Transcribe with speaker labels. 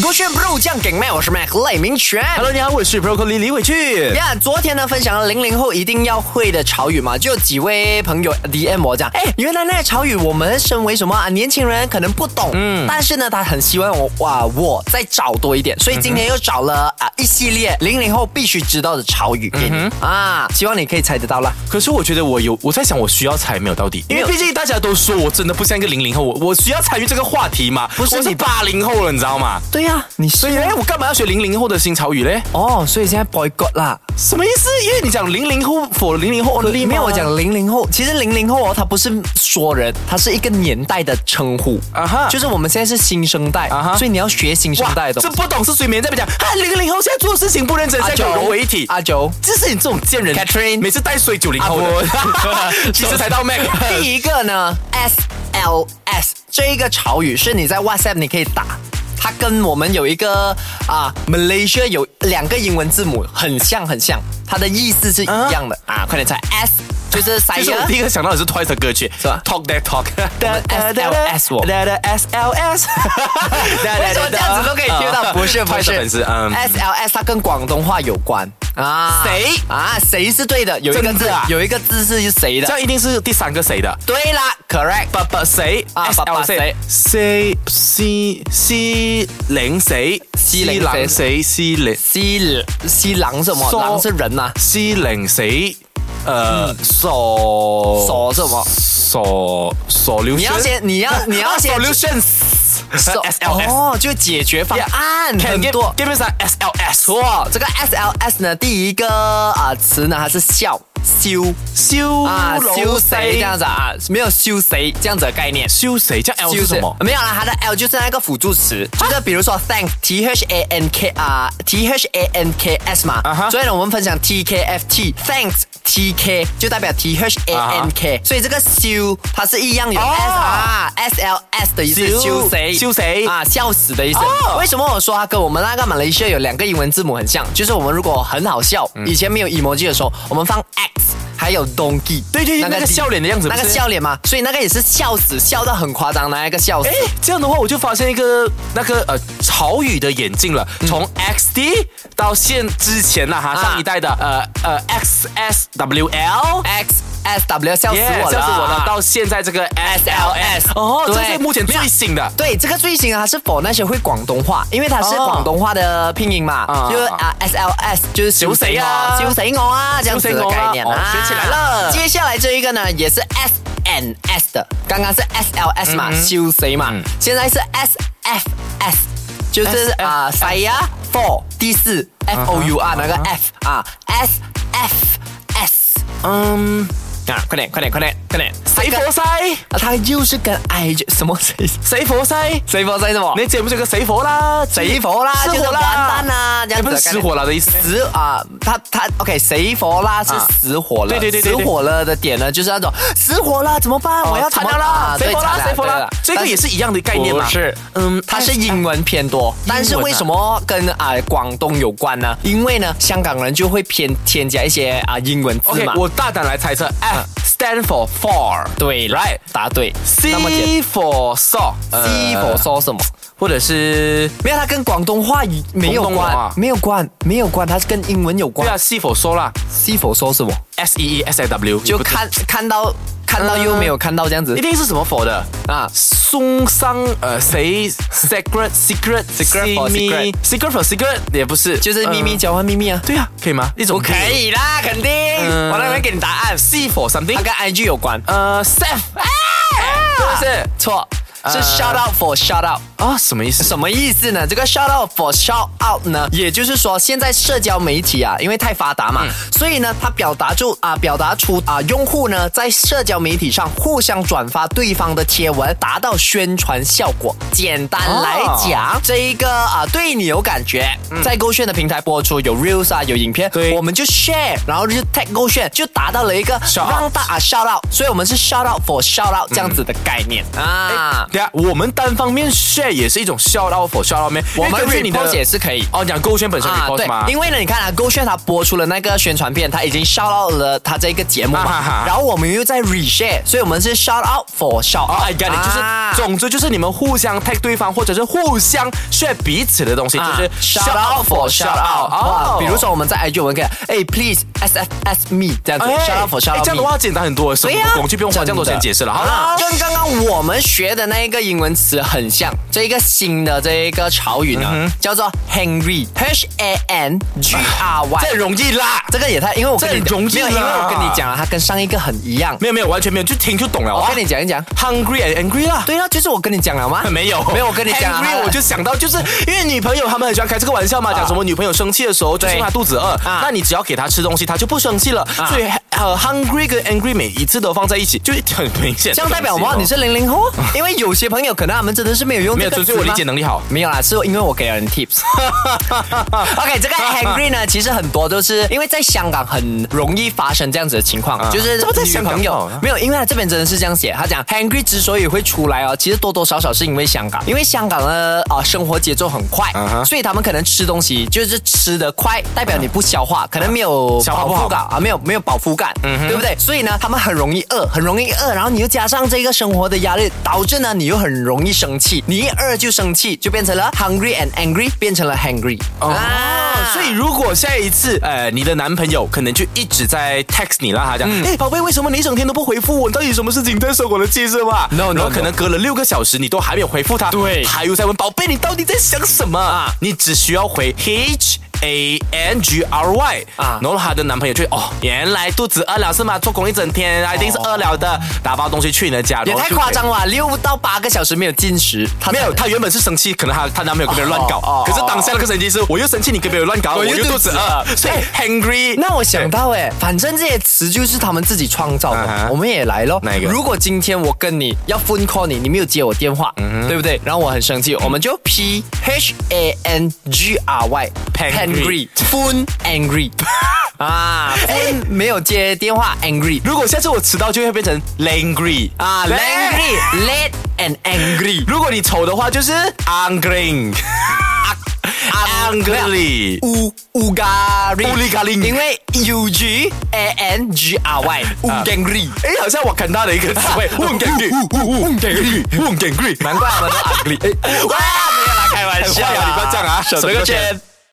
Speaker 1: 勾选 Bro 酱给麦，我是 Mac 赖明全。
Speaker 2: Hello，你好，我是 Broccoli 李伟俊。
Speaker 1: 呀昨天呢分享了零零后一定要会的潮语嘛，就有几位朋友 DM 我讲，哎，原来那个潮语我们身为什么啊年轻人可能不懂，嗯，但是呢他很希望我哇我再找多一点，所以今天又找了啊一系列零零后必须知道的潮语给你、啊，希望你可以猜得到啦。
Speaker 2: 可是我觉得我有，我在想我需要猜没有到底，因为毕竟大家都说我真的不像一个零零后，我我需要参与这个话题嘛？不
Speaker 1: 是
Speaker 2: 我是
Speaker 1: 你
Speaker 2: 八零后了，你知道吗？
Speaker 1: 对呀、你
Speaker 2: 所以呢，我干嘛要学零零后的新潮语嘞？
Speaker 1: 哦，所以现在 boycott 啦。
Speaker 2: 什么意思？因为你讲零零后 for 零零后
Speaker 1: 里
Speaker 2: ，only
Speaker 1: 面
Speaker 2: 吗
Speaker 1: 我讲零零后，其实零零后哦，它不是说人，它是一个年代的称呼
Speaker 2: 啊哈
Speaker 1: 就是我们现在是新生代
Speaker 2: 啊哈
Speaker 1: 所以你要学新生
Speaker 2: 哇
Speaker 1: 代的
Speaker 2: 这
Speaker 1: 东西。
Speaker 2: 不懂是谁没在那边讲啊？零零后现在做事情不认真，现在给我融为一体。
Speaker 1: 阿九，
Speaker 2: 这是你这种贱人
Speaker 1: Catherine
Speaker 2: 每次带衰九零后的
Speaker 1: 啊，不
Speaker 2: 其实才到 Mac。
Speaker 1: 第一个呢，S L S 这一个潮语是你在 WhatsApp 你可以打。它跟我们有一个啊，Malaysia 有两个英文字母很像很像，它的意思是一样的啊快点猜，S 就是塞
Speaker 2: 就是我第一个想到的是 Twice 的歌曲，
Speaker 1: 是吧
Speaker 2: ？Talk that talk，
Speaker 1: 们 SLS 我
Speaker 2: 哒哒 S L S，
Speaker 1: 为什么这样子都可以 听到？不是哎不
Speaker 2: Twice
Speaker 1: 是，
Speaker 2: 的粉丝，嗯，
Speaker 1: S L S 它跟广东话有关啊。
Speaker 2: 谁
Speaker 1: 啊？谁是对的？有一个
Speaker 2: 真
Speaker 1: 字
Speaker 2: 的啊
Speaker 1: 有一个字是谁
Speaker 2: 这
Speaker 1: 的？
Speaker 2: 样一定是第三个谁的？
Speaker 1: 对啦，correct。
Speaker 2: 爸爸谁？
Speaker 1: 啊
Speaker 2: SL
Speaker 1: 爸爸谁
Speaker 2: 谁？C C 零谁？
Speaker 1: C 零谁
Speaker 2: 郎谁？C 零
Speaker 1: 西西狼什么？
Speaker 2: 说
Speaker 1: 狼是人啊呐、
Speaker 2: C 零谁？呃，索
Speaker 1: 索是什么
Speaker 2: 索索流。
Speaker 1: 你要先，你 要，你要先。
Speaker 2: solutions。
Speaker 1: 手
Speaker 2: S L S
Speaker 1: 哦，就解决方
Speaker 2: Yeah，
Speaker 1: 案很多。
Speaker 2: Give me some S L S。
Speaker 1: 错，这个 S L S 呢，第一个啊、词呢，它是笑羞
Speaker 2: 修
Speaker 1: 啊，羞
Speaker 2: 修
Speaker 1: 谁这样子啊，没有羞谁这样子的概念。
Speaker 2: 修谁？叫 L 是什么？
Speaker 1: 没有啦，它的 L 就是那个辅助词，就是比如说 thank t h a n k 啊 t h a n k s 嘛
Speaker 2: 啊哈
Speaker 1: 所以呢我们分享 t k f t thanks t k 就代表 t h a
Speaker 2: 啊
Speaker 1: n k，、所以这个修它是一样有 s
Speaker 2: 哦
Speaker 1: 啊 s l s 的意思，
Speaker 2: 羞
Speaker 1: 羞谁
Speaker 2: 羞谁
Speaker 1: 啊笑死的意思。
Speaker 2: 哎哦
Speaker 1: 为什么我说它跟我们那个马来西亚有两个英文字母很像？就是我们如果很好笑，
Speaker 2: 嗯
Speaker 1: 以前没有 emoji 的时候，我们放 x 还有 donkey，
Speaker 2: 对对对那个
Speaker 1: D
Speaker 2: 笑脸的样子
Speaker 1: 那个
Speaker 2: 不是
Speaker 1: 笑脸嘛，所以那个也是笑死，笑到很夸张的那个笑死
Speaker 2: 哎。，这样的话我就发现一个那个呃潮语的眼镜了，从 X D 到现之前了哈，
Speaker 1: 嗯啊
Speaker 2: 上一代的呃呃 X S W L。
Speaker 1: X S W 笑死
Speaker 2: Yeah，
Speaker 1: 我了，
Speaker 2: 笑死我了！到现在这个 S L S，哦，
Speaker 1: 对
Speaker 2: 这是目前最新的。
Speaker 1: 对这个最新啊，它是否那些会广东话，因为它是
Speaker 2: 哦
Speaker 1: 广东话的拼音嘛，
Speaker 2: 啊
Speaker 1: 就是啊 S L S 就是
Speaker 2: 笑死啊
Speaker 1: 羞死我啊这样子
Speaker 2: 笑死
Speaker 1: 的
Speaker 2: 我啊
Speaker 1: 概念
Speaker 2: 哦学起来了
Speaker 1: 接下来这一个呢，也是 S N S 的，刚刚是 S L S 嘛，羞死嘛，现在是 S F S，就是啊 s i a Four 第四 F O U R 那个 F 啊 S F S
Speaker 2: 嗯，
Speaker 1: 啊，快点快点快点快点，
Speaker 2: 谁佛塞？
Speaker 1: 啊，他又是跟 I 什么谁
Speaker 2: 谁佛塞？
Speaker 1: 谁佛谁什么？
Speaker 2: 你姐不是个谁佛啦？
Speaker 1: 谁佛啦？
Speaker 2: 死
Speaker 1: 就是
Speaker 2: 火
Speaker 1: 完
Speaker 2: 啦！
Speaker 1: 蛋啦，这
Speaker 2: 也
Speaker 1: 样
Speaker 2: 不
Speaker 1: 子
Speaker 2: 是
Speaker 1: 的
Speaker 2: 死火
Speaker 1: 概念。
Speaker 2: 了的意思。
Speaker 1: 死啊，他他 OK，谁佛啦是
Speaker 2: 啊
Speaker 1: 死火了，
Speaker 2: 对对对对对哦
Speaker 1: 死火了的点呢，就是那种死火了怎么办？我要
Speaker 2: 惨
Speaker 1: 惨
Speaker 2: 了
Speaker 1: 了
Speaker 2: 啦
Speaker 1: 啦，，
Speaker 2: 谁佛啊啦，谁佛
Speaker 1: 对
Speaker 2: 啦，这个也是一样的概念嘛。
Speaker 1: 不是
Speaker 2: 嗯，
Speaker 1: 它是英文偏多，
Speaker 2: 啊
Speaker 1: 但是为什么跟啊、广东有关呢？因为呢，香港人就会偏添加一些啊、英文字
Speaker 2: OK，
Speaker 1: 嘛。
Speaker 2: 我大胆来猜测，F stand for for。
Speaker 1: 嗯对了
Speaker 2: Right
Speaker 1: 答对。那么简
Speaker 2: C for 呃 saw，
Speaker 1: ，C 佛说什么？
Speaker 2: 或者是
Speaker 1: 没有，它跟广东话没有
Speaker 2: 广东话
Speaker 1: 关，没有关，没有关，它是跟英文有
Speaker 2: 对
Speaker 1: 关
Speaker 2: 啊。，C for saw 啦
Speaker 1: 是否说什么？
Speaker 2: ，S E E S A W，
Speaker 1: 就看看到看到又没有看到这样子
Speaker 2: 一定是什么 for 的
Speaker 1: 啊
Speaker 2: 松商呃谁 secret secret
Speaker 1: Secret for
Speaker 2: simi-
Speaker 1: secret
Speaker 2: secret for secret 也不是，
Speaker 1: 就是秘密
Speaker 2: 嗯
Speaker 1: 交换秘密啊。
Speaker 2: 对啊，可以吗？一种
Speaker 1: 不可以啦，肯定，
Speaker 2: 嗯
Speaker 1: 我那边给你答啊案。
Speaker 2: C for something，
Speaker 1: 它跟 IG 有关，
Speaker 2: 呃 self
Speaker 1: 啊是不是？错，是 shout out for shout out。
Speaker 2: 啊什么意思？
Speaker 1: 什么意思呢？这个 shout out for shout out 呢，也就是说，现在社交媒体啊，因为太发达嘛，
Speaker 2: 嗯
Speaker 1: 所以呢，它表达出啊、表达出啊、用户呢在社交媒体上互相转发对方的贴文，达到宣传效果。简单来讲，
Speaker 2: 哦
Speaker 1: 这一个啊、对你有感觉，在勾炫的平台播出有 reels 啊，有影片，
Speaker 2: 嗯对
Speaker 1: 我们就 share，然后就 tag 勾炫，就达到了一个
Speaker 2: Shout out 嗯
Speaker 1: 让大啊 shout out，所以我们是 shout out for shout out 这样子的概念、啊。
Speaker 2: 等下我们单方面 share 也是一种 shout out for shout out man，
Speaker 1: 我们
Speaker 2: 因为根据你的
Speaker 1: repost 也是可以。
Speaker 2: 哦，你讲勾圈本身
Speaker 1: 啊，
Speaker 2: report
Speaker 1: 对
Speaker 2: 吗？，哦
Speaker 1: 因为呢，你看啊，勾炫他播出了那个宣传片，他已经 shout out 了他这个节目嘛，
Speaker 2: 啊哈哈
Speaker 1: 然后我们又在 reshare，所以我们是 shout out for shout out，
Speaker 2: 哦，I get it，、
Speaker 1: 啊
Speaker 2: 就是总之就是你们互相 tag 对方，或者是互相 share 彼此的东西，
Speaker 1: 啊
Speaker 2: 就是
Speaker 1: shout out for shout out，
Speaker 2: 哦
Speaker 1: 哇，比如说我们在 IG 我们可以，哎，please S F S me 这样子
Speaker 2: 哎
Speaker 1: ，shout out for shout
Speaker 2: 哎
Speaker 1: out
Speaker 2: 这样的
Speaker 1: me。
Speaker 2: 话简单很多，什
Speaker 1: 对
Speaker 2: 么
Speaker 1: 呀、
Speaker 2: 工具不用花这
Speaker 1: 真
Speaker 2: 么多时间解释了。好
Speaker 1: 啊
Speaker 2: 了，
Speaker 1: 跟刚刚我们学的那一个英文词很像，这一个新的这一个潮语呢，
Speaker 2: 嗯
Speaker 1: 叫做 Henry，H A N G R Y。
Speaker 2: 这容易啦，
Speaker 1: 这个也太，因为我跟你
Speaker 2: 这容易
Speaker 1: 没有，因为
Speaker 2: 啦
Speaker 1: 我跟你讲啊，它跟上一个很一样。
Speaker 2: 没有没有完全没有，就听就懂了。
Speaker 1: 我
Speaker 2: 啊
Speaker 1: 跟你讲一讲，
Speaker 2: hungry and angry 啦。
Speaker 1: 对啊，就是我跟你讲了吗？
Speaker 2: 没有，
Speaker 1: 没有，我跟你讲啊
Speaker 2: Angry，我就想到，就是因为女朋友他们很喜欢开这个玩笑嘛，讲什么女朋友生气的时候，就是因为她肚子饿，
Speaker 1: 啊
Speaker 2: 那你只要给她吃东西，她就不生气了。所以呃，hungry 跟 angry 每一次都放在一起，就是很明显。
Speaker 1: 这样代表我你是零零后，啊因为有些朋友可能他们真的是没有用
Speaker 2: 哦没有，
Speaker 1: 这个
Speaker 2: 纯
Speaker 1: 词
Speaker 2: 粹
Speaker 1: 吗
Speaker 2: 我理解能力好。
Speaker 1: 没有啦，是因为我给了人 tips。OK，这个 hungry 呢，其实很多都是因为在香港很容易发生这样子的情况，就是
Speaker 2: 啊怎么在
Speaker 1: 女
Speaker 2: 香港哦
Speaker 1: 朋友
Speaker 2: 好呢
Speaker 1: 没有，因为他这边真的是这样写，他讲 hungry 之所以会出来哦，其实多多少少是因为香港，因为香港的啊、呃生活节奏很快
Speaker 2: 嗯哼
Speaker 1: 所以他们可能吃东西就是吃得快，代表你不消化，可能没有
Speaker 2: 啊消化
Speaker 1: 饱
Speaker 2: 不
Speaker 1: 腹
Speaker 2: 好嗯
Speaker 1: 感啊，没有没有饱腹感，对不对？所以呢，他们很容易饿，很容易饿，然后你又加上这个生活的压力，导致呢你又很容易生气，你一饿就生气，就变成了 hungry and angry，变成了啊 hungry
Speaker 2: 哦，所以如果下一次，呃，你的男朋友可能就一直在 text 你啦，他讲，
Speaker 1: 嗯
Speaker 2: 哎、宝贝，为什么你一整天都不回复我？你到底什么事情在生我的气是吧
Speaker 1: No, no,
Speaker 2: 然后
Speaker 1: no
Speaker 2: 可能隔了六个小时，你都还没有回复他，
Speaker 1: 对
Speaker 2: 他又在问，宝贝，你到底在想什么啊？你只需要回 h。A N G R Y
Speaker 1: 啊
Speaker 2: 啊，然后她的男朋友就哦，原来肚子饿了是吗？做工一整天，I think 是饿了的，打包东西去你的家，
Speaker 1: 也
Speaker 2: 然后
Speaker 1: 太
Speaker 2: 就
Speaker 1: 夸张了吧，六到八个小时没有进食，他
Speaker 2: 没有，
Speaker 1: 他
Speaker 2: 她原本是生气，可能她她男朋友跟别人乱
Speaker 1: 哦
Speaker 2: 搞，
Speaker 1: 哦
Speaker 2: 可是当下那个神经是，我又生气，你跟别人乱搞，
Speaker 1: 我
Speaker 2: 我
Speaker 1: 又
Speaker 2: 又肚
Speaker 1: 肚子
Speaker 2: 子啊饿，
Speaker 1: 饿
Speaker 2: 所以
Speaker 1: 哎
Speaker 2: hungry。
Speaker 1: 那我想到哎、反正这些词就是他们自己创造的
Speaker 2: 嗯哼
Speaker 1: 我们也来咯。
Speaker 2: 哪一个
Speaker 1: 如果今天我跟你要 phone call 你，你没有接我电话，
Speaker 2: 嗯
Speaker 1: 对不对？然后我很生气，我们就 P H A N G R Y
Speaker 2: Pangry
Speaker 1: phone angry 啊，phone 没有接电话 angry
Speaker 2: 如果下次我迟到，就会变成 angry
Speaker 1: 啊
Speaker 2: 嘞
Speaker 1: ，angry late and angry
Speaker 2: 如果你丑的话，就是 angry
Speaker 1: 啊
Speaker 2: angry。
Speaker 1: 乌乌咖喱，
Speaker 2: 乌里咖喱
Speaker 1: 因为 U G A N G R Y 乌
Speaker 2: 啊
Speaker 1: angry。
Speaker 2: 哎，好像我看到的一个词 汇 angry angry angry，难怪他们都 angry。哇，没有啦，开玩笑啊，你不要这样啊，
Speaker 1: 手这个圈。